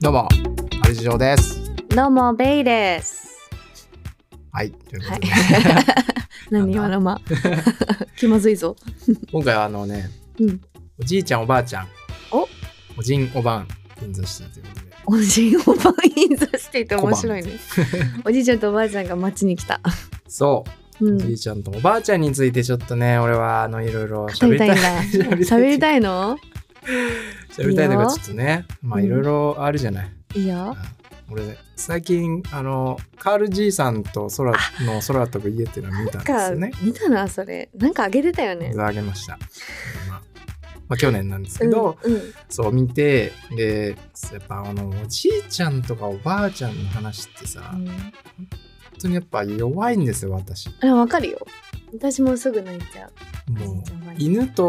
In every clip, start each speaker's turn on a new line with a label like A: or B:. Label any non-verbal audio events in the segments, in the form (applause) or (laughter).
A: どうも、あれ事情です。
B: どうもベイです。
A: はい、というこ
B: は
A: と
B: い
A: で、。
B: (laughs) 何今の (laughs) 間気まずいぞ。
A: 今回はあのね、
B: うん
A: おじいちゃん、おばあちゃん、
B: お
A: おじん、おばん、銀座シティということで、
B: おじいおばあインザシティって面白いね。おじいちゃんとおばあちゃんが街に来た。
A: そう、
B: う
A: おじ
B: ん
A: い。ちゃんとおばあちゃんについてちょっとね、俺はあのいろいろ
B: 喋
A: 喋
B: り
A: り
B: た
A: た
B: い
A: い、
B: んだ
A: 喋。りたい
B: (laughs) 喋りたいの？
A: りたいとか
B: いいよ
A: ちょっとね、まあ
B: うん
A: いろいろあるじゃない。
B: いいよ。
A: 俺ね、最近あのカールじいさんと空の空飛ぶ家っていうのを見たんです
B: か
A: よね。
B: 見たなそれ。なんかあげてたよね
A: 水。あげました。まあ、まあ、去年なんです
B: う
A: け
B: ん
A: ど、
B: うん
A: そう見てでやっぱあのおじいちゃんとかおばあちゃんの話ってさ、
B: う
A: 本
B: ん。
A: 当にやっぱ弱いんですよ私
B: あわかるよ。私もすぐ泣いちゃう。おじ
A: も
B: いちゃんおばあ
A: う
B: ちゃん
A: 犬と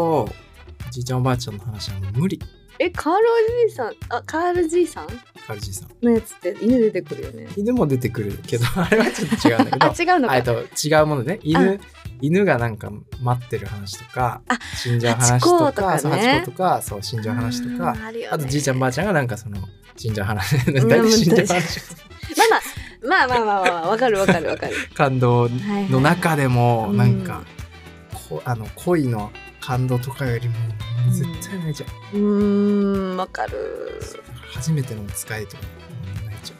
A: おじいちゃんおばあちゃんの話はもう無理
B: えカールおじいさんあカールじいさん
A: カルジさん
B: のやつって犬出てくるよね。
A: 犬も出てくるけ
B: (laughs)
A: どあれはちょっと違うんだけ
B: あ
A: ど
B: 違うの
A: あえっ
B: か。
A: と違うものね
B: あ
A: 犬犬がなんか待ってる話とか
B: あ
A: 死んじゃう話とか
B: ハチ公とかね
A: そうハチ公とかそう死んじゃう話とか
B: うんあるよね
A: あとじいちゃんばあちゃんがなんかその死んじゃう話大 (laughs)
B: ん
A: 体死んじゃう話
B: (laughs) まあまあまあまあまあわかるわかるわかる。
A: 感動
B: はいはい
A: の中でも
B: うん
A: なんか、こあの恋の感動とかよりも絶対泣いちゃう、
B: うーんわかる
A: 初めてのお使いとか泣いちゃう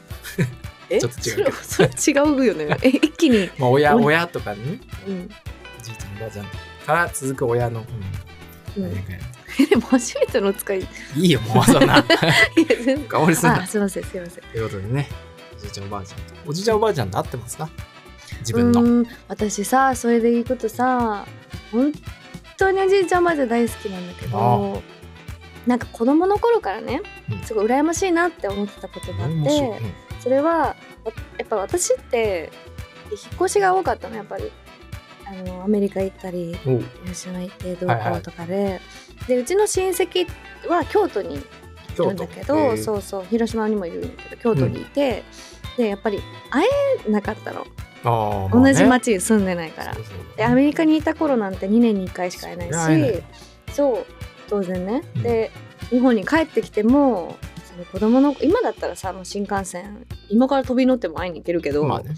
B: え
A: ちょっと違うけど
B: それそれ違うよ
A: (laughs)
B: ねえ一気に、
A: まあ親
B: うん
A: 親とかね
B: うん
A: おじいちゃんおばあちゃんから続く親の、
B: う、
A: うんん、なん
B: え
A: か
B: でも初めてのお使いいや
A: いいよもう
B: (laughs)
A: そんな
B: 全然
A: 俺そん
B: あ
A: な
B: すいませんすいません
A: ということでねおじいちゃんおばあちゃんとおじいちゃんおばあちゃんと会ってますか自分の
B: うーん私さそれで言うことさ本当におじいちゃんおばあちゃん大好きなんだけ
A: あ
B: どなんか子供の頃からね
A: うん
B: すごい羨ましいなって思ってたことがあって、
A: 面白いうん
B: それはわやっぱ私って引っ越しが多かったのやっぱりあのアメリカ行ったり
A: おう
B: 広島行って同行とかで,、でうちの親戚は京都にいるんだけど、
A: えー
B: そうそう広島にもいるんだけど京都にいて、でやっぱり会えなかったの、
A: あーまあね
B: 同じ町に住んでないから
A: そうそう
B: でアメリカにいた頃なんて2年に1回しか会えないし
A: そりゃ会えな
B: そう当然ね、
A: うん
B: で日本に帰ってきてもその子供の今だったらさもう新幹線今から飛び乗っても会いに行けるけど、
A: まあね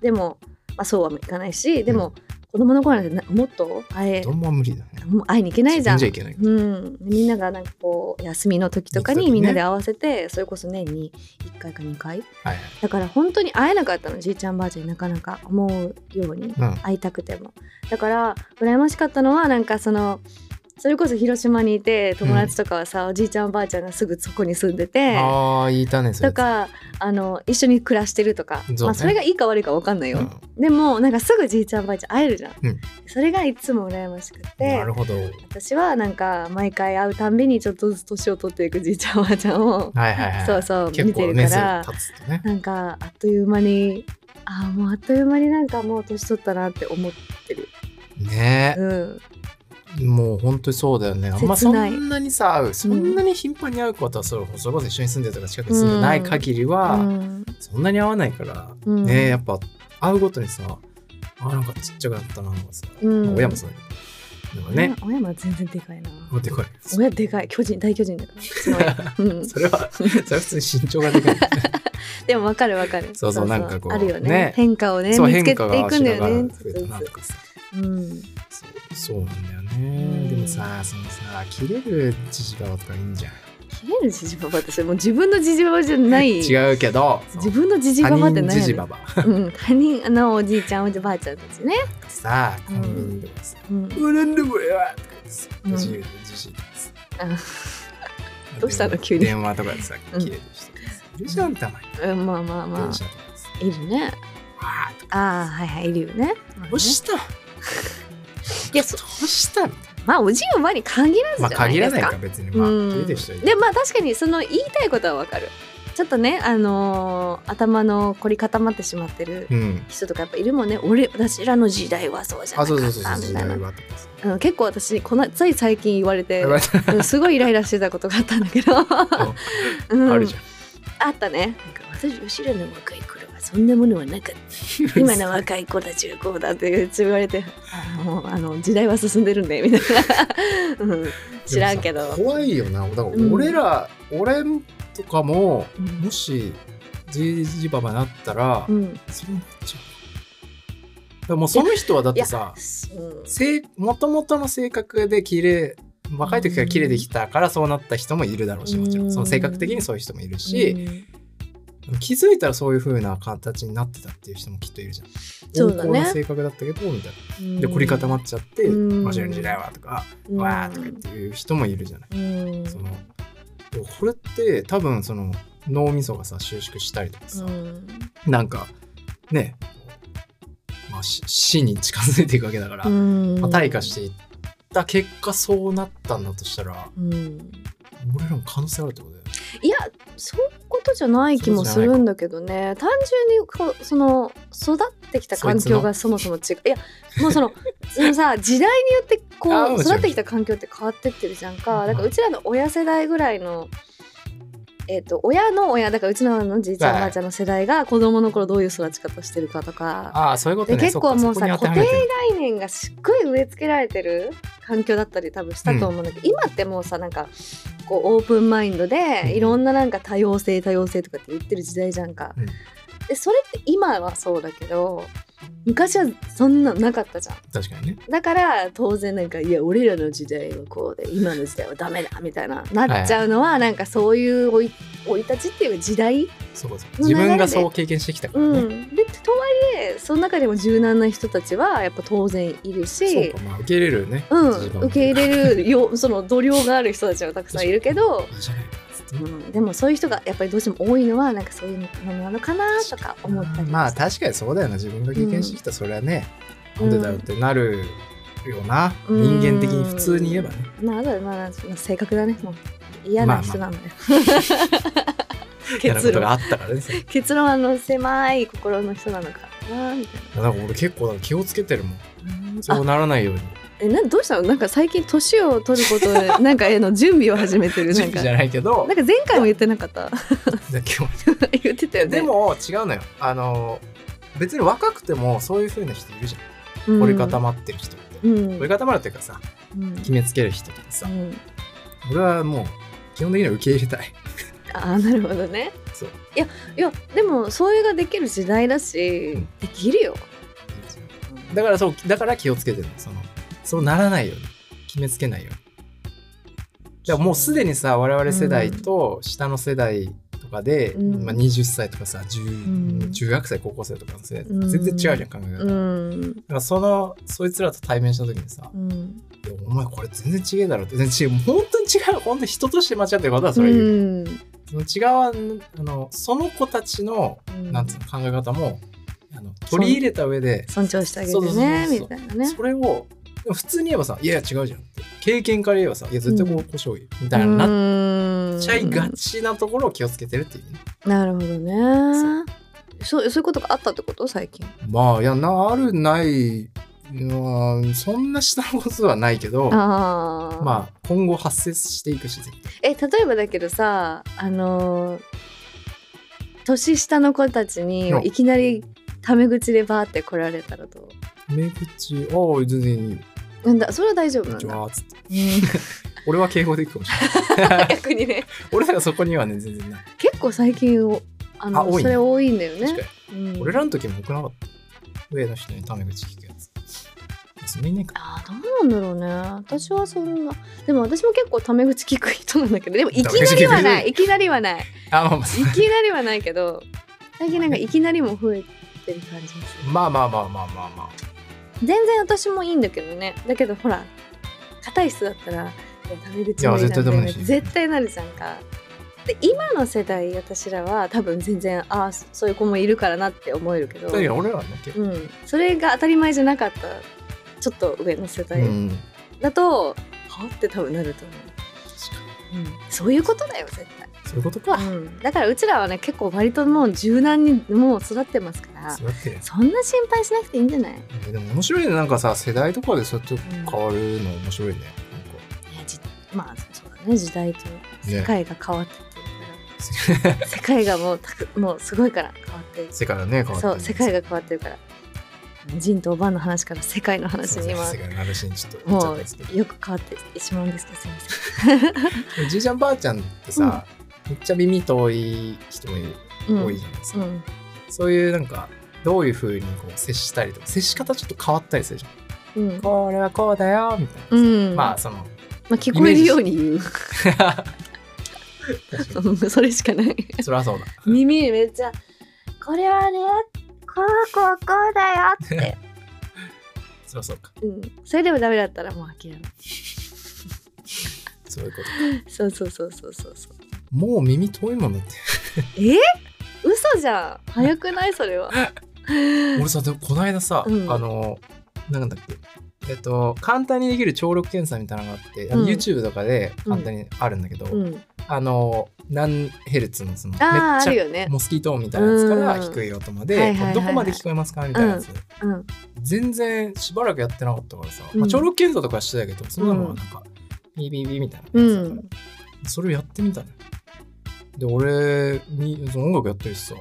B: でも、まあ、そうはいかないしでも、子供の頃なんてなもっと会え
A: どんも無理だね
B: もう会いに行けないじゃん
A: 死んじゃいけない
B: うん、みんながなんかこう休みの時とか
A: 行く時ね
B: にみんなで合わせて、それこそ年に1回か2回
A: はいはい
B: だから本当に会えなかったのじいちゃんばあちゃんになかなか思うように
A: うん
B: 会いたくてもだから羨ましかったのはなんかそのそれこそ広島にいて友達とかはさ、おじいちゃんおばあちゃんがすぐそこに住んでて
A: ああ、いたね、それ
B: とかあの一緒に暮らしてるとか
A: そうね
B: まあ、それがいいか悪いか分かんないよ、
A: うん
B: でもなんかすぐじいちゃんばあちゃん会えるじゃん、
A: うん
B: それがいつも羨ましくて
A: なるほど。
B: 私はなんか毎回会うたんびにちょっとずつ年を取っていくじいちゃんおばあちゃんを、
A: はいはいはい。
B: そうそう
A: 結
B: 見て
A: 構
B: る
A: 年
B: か
A: 数
B: ら
A: 経つとね。
B: なんかあっという間にああもうあっという間になんかもう年取ったなって思ってる、
A: ね
B: うん、
A: え、もう本当にそうだよね。あんまそ
B: 切ない
A: んなにさ、会う、そんなに頻繁に会うことは、そうそれこそ一緒に住んでるとか近くに住んでない限り
B: う
A: は、
B: ん
A: そんなに会わないから、
B: うん
A: ねえ、やっぱ会うごとにさ、あ、なんかちっちゃくなったな、とかさ、
B: うん
A: 親もそうだけど。なんかね、
B: 親親も全然でかいな
A: 持ってこい。
B: 親でかい巨人大巨人だからうちの親
A: (laughs)
B: うん
A: それは、それは普通に身長がでかい。
B: でもわかるわかる
A: そうそうなんかこう
B: あるよね
A: ね
B: 変化 (laughs) をね
A: そう、
B: 見つ
A: 変
B: け
A: 化
B: てい
A: が
B: くんだよね
A: 増えたなとかさ。
B: うん
A: そうそうなんだよ
B: う
A: ね。
B: ん
A: でもさ、そのさ、切れるジジババとかいいんじゃん。
B: 切れるジジババってそれもう自分のジジババじゃない
A: 違うけど、そう
B: 自分のジジババって
A: 他
B: 何
A: 人ジ
B: やね
A: ジ
B: ん
A: ババ。
B: うん、他人のおじいちゃんおじいばあちゃんたちね、
A: さあ、コンビニとかさ、
B: うん、
A: うなんだこれはとか言ってさ、
B: うん
A: ジジジジとかさ
B: どうしたの
A: 電話
B: 急に
A: 電話とかでさ、
B: うん
A: 切れる人とかさいるじゃん、たまに。
B: うんまあまあま
A: 電車
B: あ
A: とかさ。
B: いるね
A: わーとか
B: ああはいはいいるよね
A: どうしたい
B: やそ
A: どうしたみたい
B: まあおじいおばあに限らずじ
A: なまあ、
B: ゃない
A: 限
B: で
A: ら
B: す
A: ない
B: か,、
A: から別に。まあ、
B: うん
A: 切れる人いる
B: でまあ確かにその言いたいことはわかるちょっとねあのー頭の凝り固まってしまってる
A: うん。
B: 人とかやっぱいるもんね俺私らの時代はそうじゃ
A: あ、
B: なか
A: そうそう
B: っ
A: そうそ
B: た
A: う、
B: み
A: ジ
B: た
A: バ
B: いな
A: バとかさ。
B: うん結構私このつい最近言われて
A: 言われ
B: うんすごいイライラしてたことがあったんだけ
A: (laughs)
B: ど、
A: あ
B: うん、
A: あるじゃん。
B: あったねなんか私後ろの若い頃はそんなものはなかった今の若い子たちはこうだって言われてあもうあの時代は進んでるんでみたいな、うん、知らんけ
A: でも
B: ど
A: さ怖いよなだから
B: うん
A: 俺ら、俺とかも
B: うん
A: もしじいじばばになったら、
B: うん
A: そうなっちゃうだからもうその人はだってさ
B: うん
A: もともとの性格で綺麗若い時から綺麗できたからそうなった人もいるだろうしもちろ
B: うんん
A: その性格的にそういう人もいる
B: う
A: し、
B: ん
A: 気づいたらそういう風な形になってたっていう人もきっといるじゃん。
B: そうだね
A: 温厚な性格だったけどみたいなで凝り固まっちゃって「
B: うん
A: マジの時代は」とか「
B: うん
A: わー」とかっていう人もいるじゃない。
B: うん
A: そのでもこれって多分その脳みそがさ収縮したりとかさ、
B: うん
A: なんかね、まあ、し死に近づいていくわけだから、
B: うん
A: まあ、退化していった結果そうなったんだとしたら
B: うん
A: 俺らも可能性あるってことだよね。
B: いやそういうことじゃない気もするんだけどね単純にこうその育ってきた環境がそもそも違ういやもうその (laughs) そのさ時代によって
A: あ
B: こ
A: ー
B: う
A: もちろん
B: 育ってきた環境って変わってってるじゃん
A: う
B: か
A: ん
B: だからうちらの親世代ぐらいの。えっと親の親だからうちのあのじいち
A: は
B: ゃん
A: い
B: おばあちゃんの世代が子供の頃どういう育ち方してるかとか
A: ああそういうこと
B: で
A: ね。
B: 結構もうさ
A: そっ
B: 固
A: かそこに当ては
B: 定
A: めてる
B: 概念がすっごい植え付けられてる環境だったり多分したと思うんだけど、今ってもうさなんかこうオープンマインド
A: うん
B: でいろんななんか多様性多様性とかって言ってる時代じゃんか、
A: うん
B: でそれって今はそうだけど昔はそんなのなかったじゃん
A: 確かにね。
B: だから当然なんかいや俺らの時代はこうで今の時代はダメだみたいななっちゃうのはなんかそういう生い生い立ちっていうか時代、
A: そうかそうか
B: の
A: 自
B: 流れで
A: 分がそう経験してきたか
B: う
A: らね。
B: ん、でとはいえその中でも柔軟な人たちはやっぱ当然いる
A: そう
B: し
A: かまあ受け入れるね。
B: うん、受け入
A: る。
B: れるよ (laughs) その度量がある人たちはたくさんいるけど、
A: いいじゃないかっつって
B: うん、でもそういう人がやっぱりどうしても多いのはなんかそういうものなのかなとか思ったりして
A: まあ確かにそうだよな自分が経験してきた、それはねなんでだろうってなるよな、
B: うん
A: 人間的に普通に言えばね
B: まあ、まあまあ性格だねもう嫌な人なんだよ、 (laughs)
A: 嫌なこ
B: 結
A: とが
B: 論
A: あったからね
B: (laughs)
A: そう
B: 結論はあの狭い心の人なのかなみたい
A: なんか俺結構気をつけてるもん
B: な、
A: そう
B: あ
A: ならないように
B: えなんどうしたのなんか最近年を取ることでなんかへの準備を始めてるな
A: (laughs) 準
B: んか
A: 備じ
B: な
A: ゃ
B: んか
A: ないけど
B: 前回も言ってなかっ
A: だ
B: た (laughs)
A: けど
B: 言ってたよね
A: でも違うのよあの別に若くてもそういう風な人いるじゃん凝り固
B: ま
A: まってる人って
B: うん、うん
A: 凝り固まるっていうかさ
B: うん
A: 決めつける人とかさ
B: うん
A: 俺はもう基本的には受け入れたい
B: ああなるほどね
A: そう
B: いやでもそういうができる時代だし、
A: うん
B: できるよ
A: だからそうだから気をつけてるのそのそうならないように決めつけないようにだからもうすでにさ我々世代と下の世代とかで、
B: うん
A: まあ、20歳とかさ、10
B: ん
A: 中学生高校生とかの世代、
B: うん
A: 全然違うじゃん考え方、
B: う
A: だか
B: ん
A: らそのそいつらと対面した時にさ「
B: うん
A: いやお前これ全然違えだろ」って全然違う本当に違う本当に人として間違ってることは
B: う
A: それ言う、
B: ん
A: その違うあのその子たちのなんつうの考え方もあの取り入れた上で
B: 尊重してあげ
A: そうそ
B: て
A: うそう
B: ね
A: そう
B: みたいなね
A: それをでも普通に言えばさ「いやいや違うじゃん」って経験から言えばさ「いや絶対こ
B: う
A: う胡椒いみたいななっ
B: な
A: ちゃいがちなところを気をつけてるっていうね、
B: なるほどねそうそういうことがあったってこと最近
A: まあいやなるないうんそんな下のことはないけど
B: ああ
A: まあ今後発生していくし絶対
B: え例えばだけどさあのー年下の子たちに
A: うん
B: いきなりタメ口でバーって来られたらど
A: 目口「ああ全然いいよ
B: うなんだそれは大丈夫
A: こん
B: な
A: にち
B: んだ
A: は」っつって
B: うん
A: 俺は敬語でいくかもし
B: (laughs)
A: れない
B: 逆にね
A: 俺らがそこにはね全然ない
B: 結構最近おあの
A: あ多いね
B: それ多いんだよ
A: 確か
B: ね。
A: に
B: うん
A: 俺らの時も多くなかった上の人にタメ口聞くやつそれいないか
B: あーどうなんだろうね私はそんなでも私も結構タメ口聞く人なんだけどでもいきなり
A: タ
B: は
A: メ口聞
B: な
A: く
B: いいきなりはない
A: あまあまあ
B: いきなりはないけど最近なんかいきなりも増えてる感じです
A: まあまあまあまあまあまあ
B: 全然私もいいんだけどねだけどほら硬い人だったらいやタメ口無理なんだよ
A: いや絶対ダメだ
B: ね
A: し
B: 絶対なるじゃんか。で今の世代私らは多分全然ああそういう子もいるからなって思えるけど
A: だけど俺らはね結構
B: うん、それが当たり前じゃなかったちょっと上の世代
A: うん
B: だと、はって多分なると思う、そういうことだよ絶
A: そういうことか
B: 対、うん、だからうちらはね結構割ともう柔軟にもう育ってますから
A: そうやってね
B: そんな心配しなくていいんじゃないい
A: えでも面白いねなんかさ世代とかでそうやって変わるの面白いね
B: やじまあそうだね時代と
A: なん
B: 世
A: かね
B: 界が変わってってるから、世界がもうたくもうすごいから変わってで
A: (laughs) 世界はね変わって
B: そう世界が変わってるから人とおばんの話から世界の話に今
A: 世界の話にちょっと言っちゃ
B: も
A: ったんですけど
B: うよく変わってしまうんですけどすいません
A: じいちゃんばあちゃんってさ、めっちゃ耳遠い人もいる
B: うん
A: 多いじゃないです
B: う
A: か、
B: ん
A: そういうなんかどういうふうにこう接したりとか接し方ちょっと変わったりするじゃん
B: うん
A: これはこうだよみたいな、
B: うん
A: まあその
B: まあ聞こえるように言う
A: 確かに
B: うん (laughs) それしかない
A: それはそうだ
B: 耳めっちゃ「これはねこうこうこうだよ」って、
A: それはそうか
B: うん、それでもダメだったらもう諦め
A: そういうこと
B: そうそうそうそうそうそう
A: もう耳遠いもんだって
B: 嘘じゃん早くないそれ (laughs) は
A: 俺さでもこの間さ、
B: うん
A: あのなんだっけえっと簡単にできる聴力検査みたいなのがあって、
B: うん
A: YouTube とかで簡単にあるんだけど、
B: うん
A: あの何ヘルツのそのめっち
B: ああ
A: ゃ
B: あるよね
A: モスキートーンみたいなやつから
B: うん
A: 低い音ま
B: はい
A: で
B: はいはいはい
A: どこまで聞こえますかみたいなやつ、
B: うん
A: 全然しばらくやってなかったからさ、
B: うん
A: まあ、聴力検査とかしてたけどそんなのはなんかビビビみたいな
B: う
A: やつだから、
B: ん
A: それをやってみたのよで俺にその音楽やってるしさ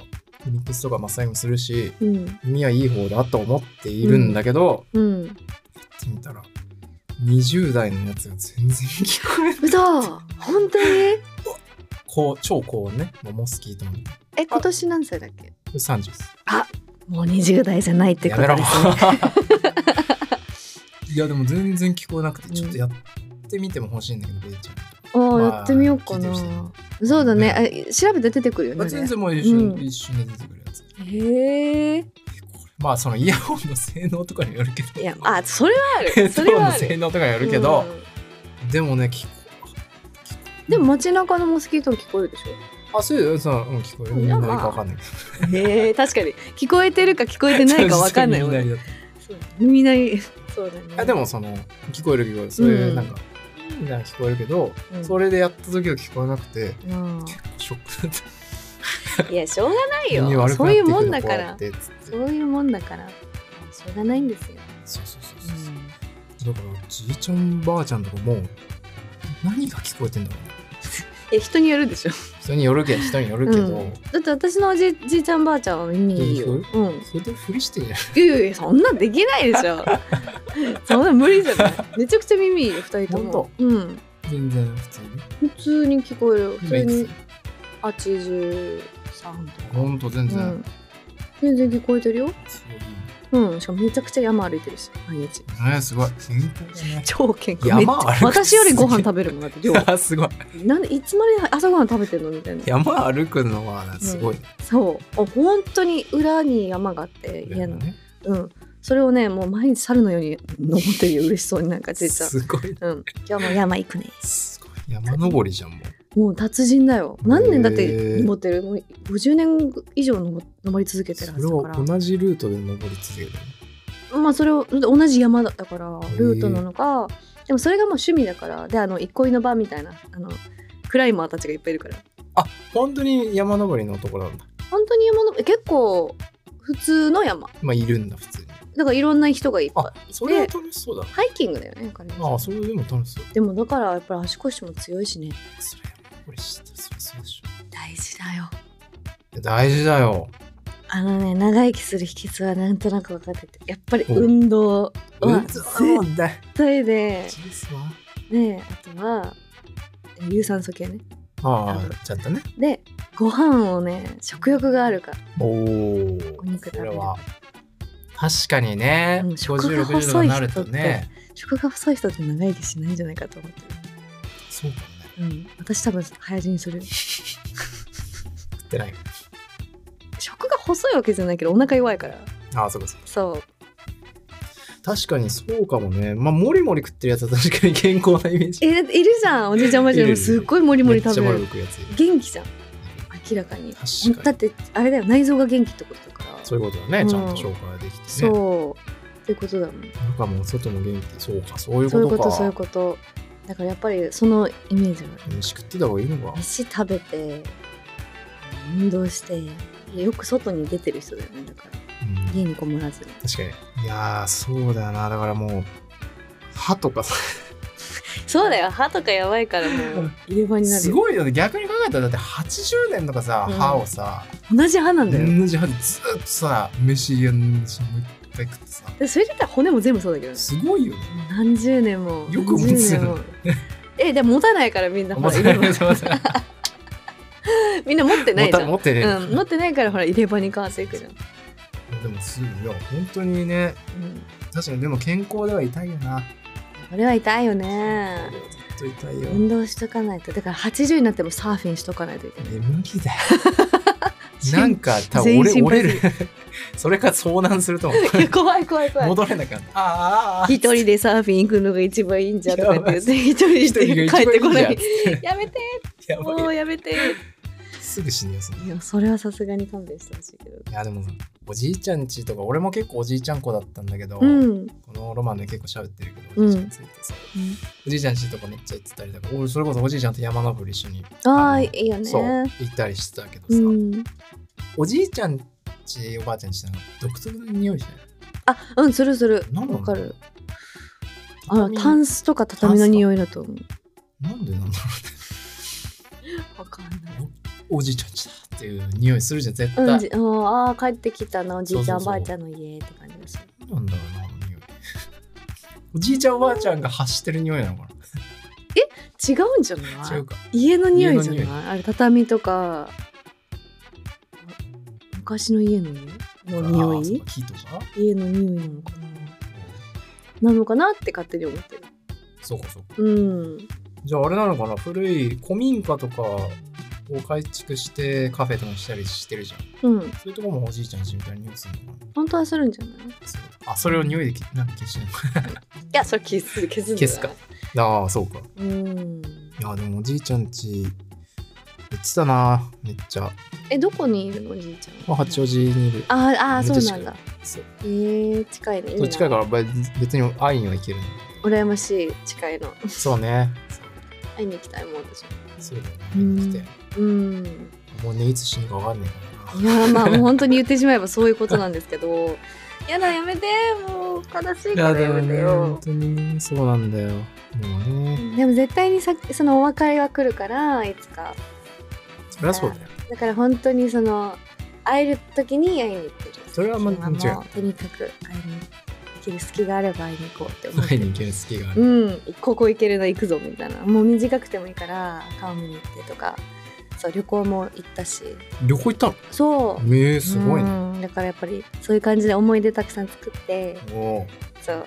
A: ミックスとかマッサージもするし
B: うん
A: 耳はいい方だと思っているんだけど、
B: うん
A: やってみたら20代のやつが全然聞こえない
B: 嘘本当に
A: こう (laughs) 超高音ねもうモスキートーンみたいな
B: え今年何歳だっけ
A: 30です
B: もう20代じゃないってこ
A: や
B: と
A: め
B: で
A: ろ
B: す
A: (laughs)
B: ね
A: いやでも全然聞こえなくてちょっとやってみても欲しいんだけどベイちゃん
B: ああ
A: まあ
B: やってみようか
A: 聞いて
B: な
A: ほしいな
B: そうだねあ調べて出てくるよ
A: まあ
B: ね
A: 全然もう一瞬,、
B: うん
A: 一瞬で出てくるやつ
B: あれへえ
A: まあそのイヤホンの性能とかによるけど
B: いやあそれはあ
A: ヘ (laughs) ッ
B: る
A: ド
B: それ
A: ホン
B: は
A: の
B: ある
A: 性能とかによるけど、
B: うん
A: でもね聞こ
B: でも街中のモスキートも聞こえるでしょ
A: あそういうその、うん、聞こえる
B: いや
A: 何
B: まあ
A: かわかんないけど
B: へえ確かに聞こえてるか聞こえてないかわかんないもんね
A: 耳鳴りだっ
B: そう耳鳴りそうだね
A: たあでもその聞こえる聞こえるそういううんなんか、うん、みたいな聞こえるけど、
B: うん
A: それでやった時は聞こえなくて
B: うん
A: ショックだった
B: いやしょうがない
A: 耳
B: よ
A: 悪く
B: そ
A: な
B: う
A: っ
B: い
A: て
B: う
A: くる
B: もんだ
A: こう
B: か
A: やっ
B: ら
A: てつって
B: そういうもんだからしょうがないんですよ、
A: そうそうそうそうそうだからじいちゃんばあちゃんとかもう何が聞こえてんだろうね
B: え人によるでしょ
A: それによるけど人によるけど、
B: うんだって私のおじじいちゃんばあちゃんは耳いいよ、
A: い
B: うん
A: い、それでふりしてんじゃない
B: いやいやいやそんなんできないでし (laughs) ょそんなん無理じゃないめちゃくちゃ耳いいよ二人とも
A: 本
B: うん
A: 全然普通に
B: 普通に聞こえる
A: 今
B: 普通
A: いく
B: に
A: つ
B: 83とか
A: ほんと全然、
B: うん、全然聞こえてるよ
A: すごいいいね
B: うんしかもめちゃくちゃ山歩いてるし毎日
A: ねすごい健康だね
B: 超健康
A: 山
B: めっち
A: 歩
B: ゃ
A: く
B: 私よりご飯食べるもんだって量
A: あ (laughs) すごい
B: なんでいつまで朝ごはん食べてんのみたいな
A: 山歩くのはすごい、
B: そうあ本当に裏に山があって
A: ね
B: 家のうんそれをねもう毎日猿のよ
A: (laughs)
B: うに登ってるよ嬉しそうになんかじいちゃん
A: すごい
B: うん今日も山行くね
A: すごい山登りじゃんもう
B: もう達人だよ何年だっ
A: へ
B: て
A: ー
B: 登ってるもう50年以上登登り続けてる
A: そ
B: は
A: れ
B: ずだか
A: を
B: ら
A: 同じルートで登り続ける
B: まあそれをだって同じ山だから
A: ー
B: ルートなのかでもそれがもう趣味だからであの憩いの場みたいなあのクライマーたちがいっぱいいるから
A: あ本当に山登りのところなんだ
B: 本当に山のえ結構普通の山
A: まあいるんだ普通に
B: だからいろんな人がいっぱ
A: あ
B: いい
A: それは
B: て
A: 楽しそうだ
B: ハイキングだよね彼
A: あ
B: は
A: あそれでも楽しそう
B: でもだからやっぱり足腰も強いしね
A: それ山登りしてそれそうでしょ
B: 大事だよ
A: いや大事だよ
B: あのね長生きする秘訣はなんとなく分かっててやっぱり
A: お
B: 運動は
A: うん
B: 絶
A: そうだ
B: 対で
A: ジュースは
B: ねあとは有酸素系ね
A: ああちゃんとね
B: でご飯をね食欲があるから
A: おお
B: お肉食べ
A: これ
B: る
A: は確かにね、
B: うん食
A: 5060
B: が
A: と
B: 細
A: か
B: い
A: にな
B: 人
A: るとね
B: 食が細い人って長生きしないんじゃないかと思ってる、
A: そうかもね
B: うん、私多分早死にする
A: 食ってない
B: 食が細いわけじゃないけどお腹弱いから
A: ああそうかそうか
B: そ
A: 確かにそうかもねまあもりもり食ってるやつは確かに (laughs) 健康なイメー
B: う
A: ジ
B: えいるじゃんおじいちゃんおばあちゃん
A: いるいる
B: すっごいもりもり
A: めっち
B: 食
A: ゃも
B: べ
A: りも
B: る
A: り食うやついる
B: 元気じゃん明らかに
A: 確か
B: だ
A: に
B: ってあれだよ内臓が元気ってことだから
A: そういうことだね、ちゃんと消化できてね
B: そうっていうことだもん
A: なんかもう外も元気そうかそういう
B: そういう
A: こと
B: こ
A: か
B: とそういうことだからやっぱりそのイメージは
A: 飯食ってた方がいいのか
B: 飯食べて運動してよく外に出てる人だよねだから
A: うん
B: 家にこもらずに
A: 確かにいやーそうだよなだからもう歯とかさ
B: そうだよ歯とかやばいからもう入れ歯になる
A: す
B: よ
A: ごいよね逆に考えたらだって80年とかさ、
B: うん
A: 歯をさ
B: 同じ歯なんだよ、
A: 同じ歯でずっとさ飯やんしもう一回食ってさ
B: でそれで言ったら骨も全部そうだけどね
A: すごいよね
B: もう何十年も
A: よく持つよね
B: 何十年もえでも持たないからみんなほ
A: 持
B: ら
A: た
B: 入
A: (laughs)
B: れ
A: ない
B: 歯
A: 持たない
B: みんな持ってない
A: 持
B: じ
A: た
B: ゃん
A: 持ってね、
B: うん、持ってないからほら入れ歯に変わっていくじゃん、
A: でもすぐいや本当にね
B: うん、
A: 確かにでも健康では痛いよな
B: これは痛いよね
A: ずっと痛いよ、
B: 運動しとかないとだから80になってもサーフィンしとかないといけない
A: え無理
B: (laughs)
A: だよなんか多分折れ
B: 全身
A: 折れる (laughs) それか遭難すると思
B: いや (laughs) 怖い怖い怖
A: う
B: い
A: 戻れなかったああああ
B: 一人でサーフィン行くのが一番いいんじゃんとかって言って (laughs) 一人
A: 一人
B: で
A: が
B: 帰
A: 一
B: ってこ
A: 番いいじゃん
B: ないやめて
A: やばい
B: も
A: よ
B: うやめて
A: すぐ死ぬよそれ
B: いやそれはさすがに勘弁してほしいけど
A: いやでもおじいちゃんちとか俺も結構おじいちゃん子だったんだけど、
B: うん
A: このロマンで結構喋ってるけどおじいちゃんについてさ、おじいちゃんちとかめっちゃ行ってたりとか俺それこそおじいちゃんと山登り一緒に
B: あ
A: あの
B: あいいよね
A: そう行ったりしてたけどさ、
B: うん
A: おじいちゃんちおばあちゃんちなんか独特な匂いしない
B: あうんするする
A: なんなの
B: わかるあのタンスとか畳の匂いだと思う
A: なんでなんだろ
B: わかんないう
A: おじいちゃんちだっていう匂いするじゃん絶対、
B: うんじうんあー帰ってきたなおじいちゃんお
A: そうそうそう
B: ばあちゃんの家って感じだし
A: なんだろうなあの匂い (laughs) おじいちゃんおばあちゃんが発してる匂いなのか
B: 違うんじゃ
A: な
B: な
A: 違
B: いう
A: か
B: 家の匂いじゃ
A: 家の
B: ないあれ畳とか昔の家の家の
A: あ
B: 匂
A: ーそう
B: い
A: か木とか
B: 家の匂いなのかななのかなって勝手に思ってる
A: そうかそうか
B: うん
A: じゃああれなのかな古い古民家とかを改築してカフェとかにしたりしてるじゃん
B: うん
A: そういうとこもおじいちゃんちみたいに匂いするのかな
B: 本当はするんじゃないい
A: そうあそれを匂いできなんか消してるのか
B: やそれ消す消すんじゃない
A: 消すかああそうか
B: うん
A: いやでもおじいちゃんち行ってたなめっちゃ、
B: えどこにいるのおじいちゃん
A: まあ、八王子にいる
B: あーあ
A: め
B: ー
A: っ
B: そう
A: ちゃ
B: なんだ
A: そう
B: えー、近いねいい
A: そう
B: な
A: 近いからべ別に会いには行ける
B: 羨ましい近いの
A: そうね
B: 会いに行きたいもんでし
A: そうだよね
B: うん
A: 会いに来て
B: ょうん
A: もうねいつ死ぬか分かんないからない
B: やまあもう本当に言ってしまえばそういうことなんですけどやだやめてもう悲しいからやめてよ
A: 本当にそうなんだよもうね
B: でも絶対にさそのお別れは来るからいつか
A: そりゃそうだよ
B: だから本当にその会える時に会いに行ってる
A: それはまあ
B: 今
A: 間違い
B: も
A: ない
B: うとにかく会いに行ける隙があれば会いに行こうって思って
A: 会いに行ける隙がある、
B: うんここ行けるの行くぞみたいなもう短くてもいいから顔見に行ってとかそう旅行も行ったし
A: 旅行行ったの
B: そう
A: えー、すごいね、
B: うんだからやっぱりそういう感じで思い出たくさん作って
A: おう
B: そう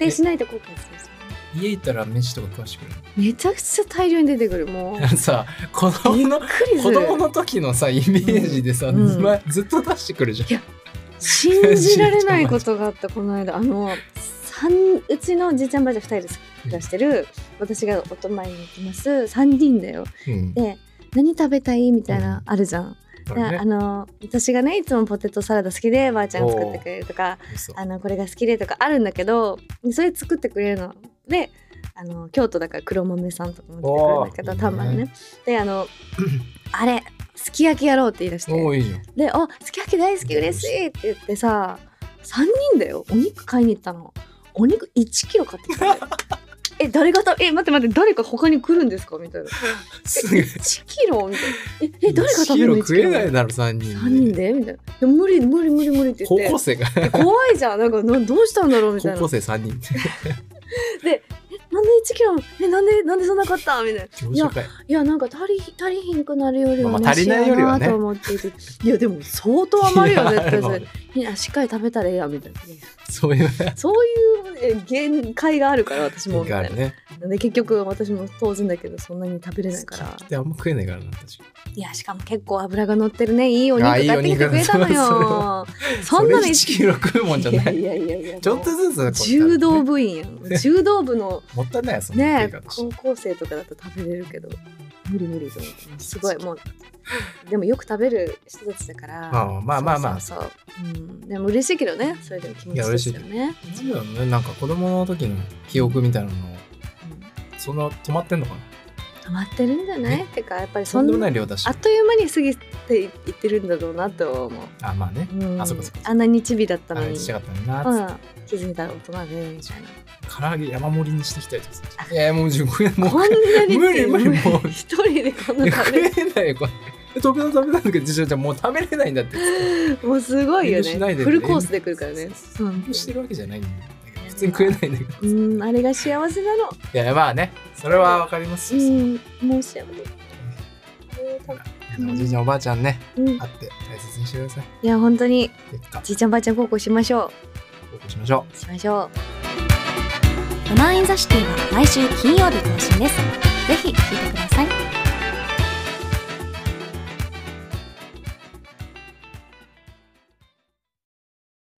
A: え
B: でしないと後悔するじ
A: 家行ったら飯とか食わしてくれる
B: ゃんめちゃくちゃ大量に出てくるも
A: (laughs)
B: う
A: のさ子供の
B: びっくりす
A: (laughs) 子
B: る
A: 供の時のさイメージでさ、
B: うんうん
A: まずっと出してくるじゃん
B: いや信じられないことがあったこの間あの三うちのおじいちゃんばあちゃん2人で暮らしてる私がお泊まりに行きます3人だよ
A: うん
B: で何食べたいみたいな
A: う
B: あるじゃん、
A: だか
B: で
A: らね
B: あの私がねいつもポテトサラダ好きでばあちゃんが作ってくれるとか
A: そう
B: あのこれが好きでとかあるんだけどそれ作ってくれるのであの京都だから黒豆さんとかも出てくるんだけど
A: おー
B: たまに
A: いい
B: ねであのあれすき焼きやろうって言い出し
A: お
B: て
A: ういいじゃん
B: で「あすき焼き大好き嬉しい」って言ってさ3人だよお肉買いに行ったのお肉1キロ買っ
A: (laughs)
B: てきたねえ誰がたえ待って待って誰か他に来るんですかみ
A: (laughs)
B: たいな
A: すぐ
B: 1キロみたいなええ誰が食べるの
A: 一キロ食えない
B: 3
A: だろ3人で
B: 人でみたいな「いや無理無理無理無理」って言
A: 高
B: って
A: 校生が
B: え怖いじゃんなんかなどうしたんだろうみたい
A: 高
B: な
A: 校生3人
B: (laughs)
A: で
B: なんで1キロもえなんでなんでそんな買ったみたいな
A: 上昇会
B: いやなんか足り足りひんくなるよりは
A: まあまあ
B: マ
A: 足
B: シ
A: りない
B: や
A: よりは
B: な
A: ね
B: と思っていて、いやでも相当余るよ絶対
A: (laughs)
B: そ
A: い
B: れいやしっかり食べたらええやみたいな
A: そういう
B: そういうえ限界があるから私も
A: の
B: みた
A: があ
B: いな
A: るね
B: で結局私も当然だけどそんなに食べれないから
A: であんま食えないからな確かに
B: いやしかも結構脂が乗ってるねいいお肉
A: あ
B: 買
A: いいお
B: ってき
A: 肉
B: てくれたの
A: そう
B: よそんなの
A: れ1キロ食うもんじゃない
B: いやいやいやいや
A: ちょっとずつだこれ
B: 柔道部員やん柔道部の
A: もったいないよそんな
B: ね
A: 食い方して
B: 高校生とかだと食べれるけど無理無理と思ってすごいもうでもよく食べる人たちだから
A: ああまあまあまあ
B: そうそうそう、うん、でも嬉しいけどねそれでも気持ちいいですよね
A: なんだろうねなんか子供の時の記憶みたいなの
B: うん
A: その止まってんのかな
B: 溜まってるんじゃないってかやっぱり
A: と
B: そ
A: ん
B: ん
A: でも
B: な
A: ない量出して
B: あっという間に過ぎていってるんだろうなと思う、
A: あまあね
B: うん、
A: あそっかそっか
B: あんなにチビだった
A: あ
B: の
A: れ
B: に
A: ちっちゃかったのにな
B: う
A: つっ
B: ん、気づいたら大人でみた
A: (laughs)
B: いな
A: て唐揚げ山盛りにしてきたりとかするいやもう自分も
B: こんなに
A: 無理無理もう
B: 一人でこん
A: うい
B: な
A: や
B: 食
A: 食
B: べる
A: えないよこれで飛び出食べたんだけど次女ちゃんもう食べれないんだって
B: もうすごいよ
A: 遠慮しない
B: ね
A: でね
B: フルコースで来るからね
A: そうそうしてるわけじゃないんだけど普通に食えないんだけど
B: うんあれが幸せなの
A: いやまあねそれはわかります
B: う
A: よ、
B: んもう幸せ
A: おじいちゃんおばあちゃんね
B: うんい
A: 会って大切にしてください
B: や本当に
A: 結果
B: じいちゃんばあちゃん孝行しましょ
A: 報告しましょ
B: うしましょう
C: ロマンインザシティは毎週金曜日更新です。ぜひ聞いてください。